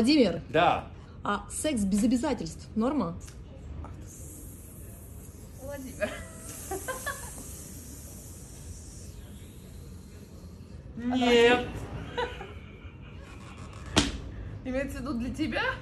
Владимир, Да. а секс без обязательств норма? Владимир. Нет. Имеется в виду для тебя?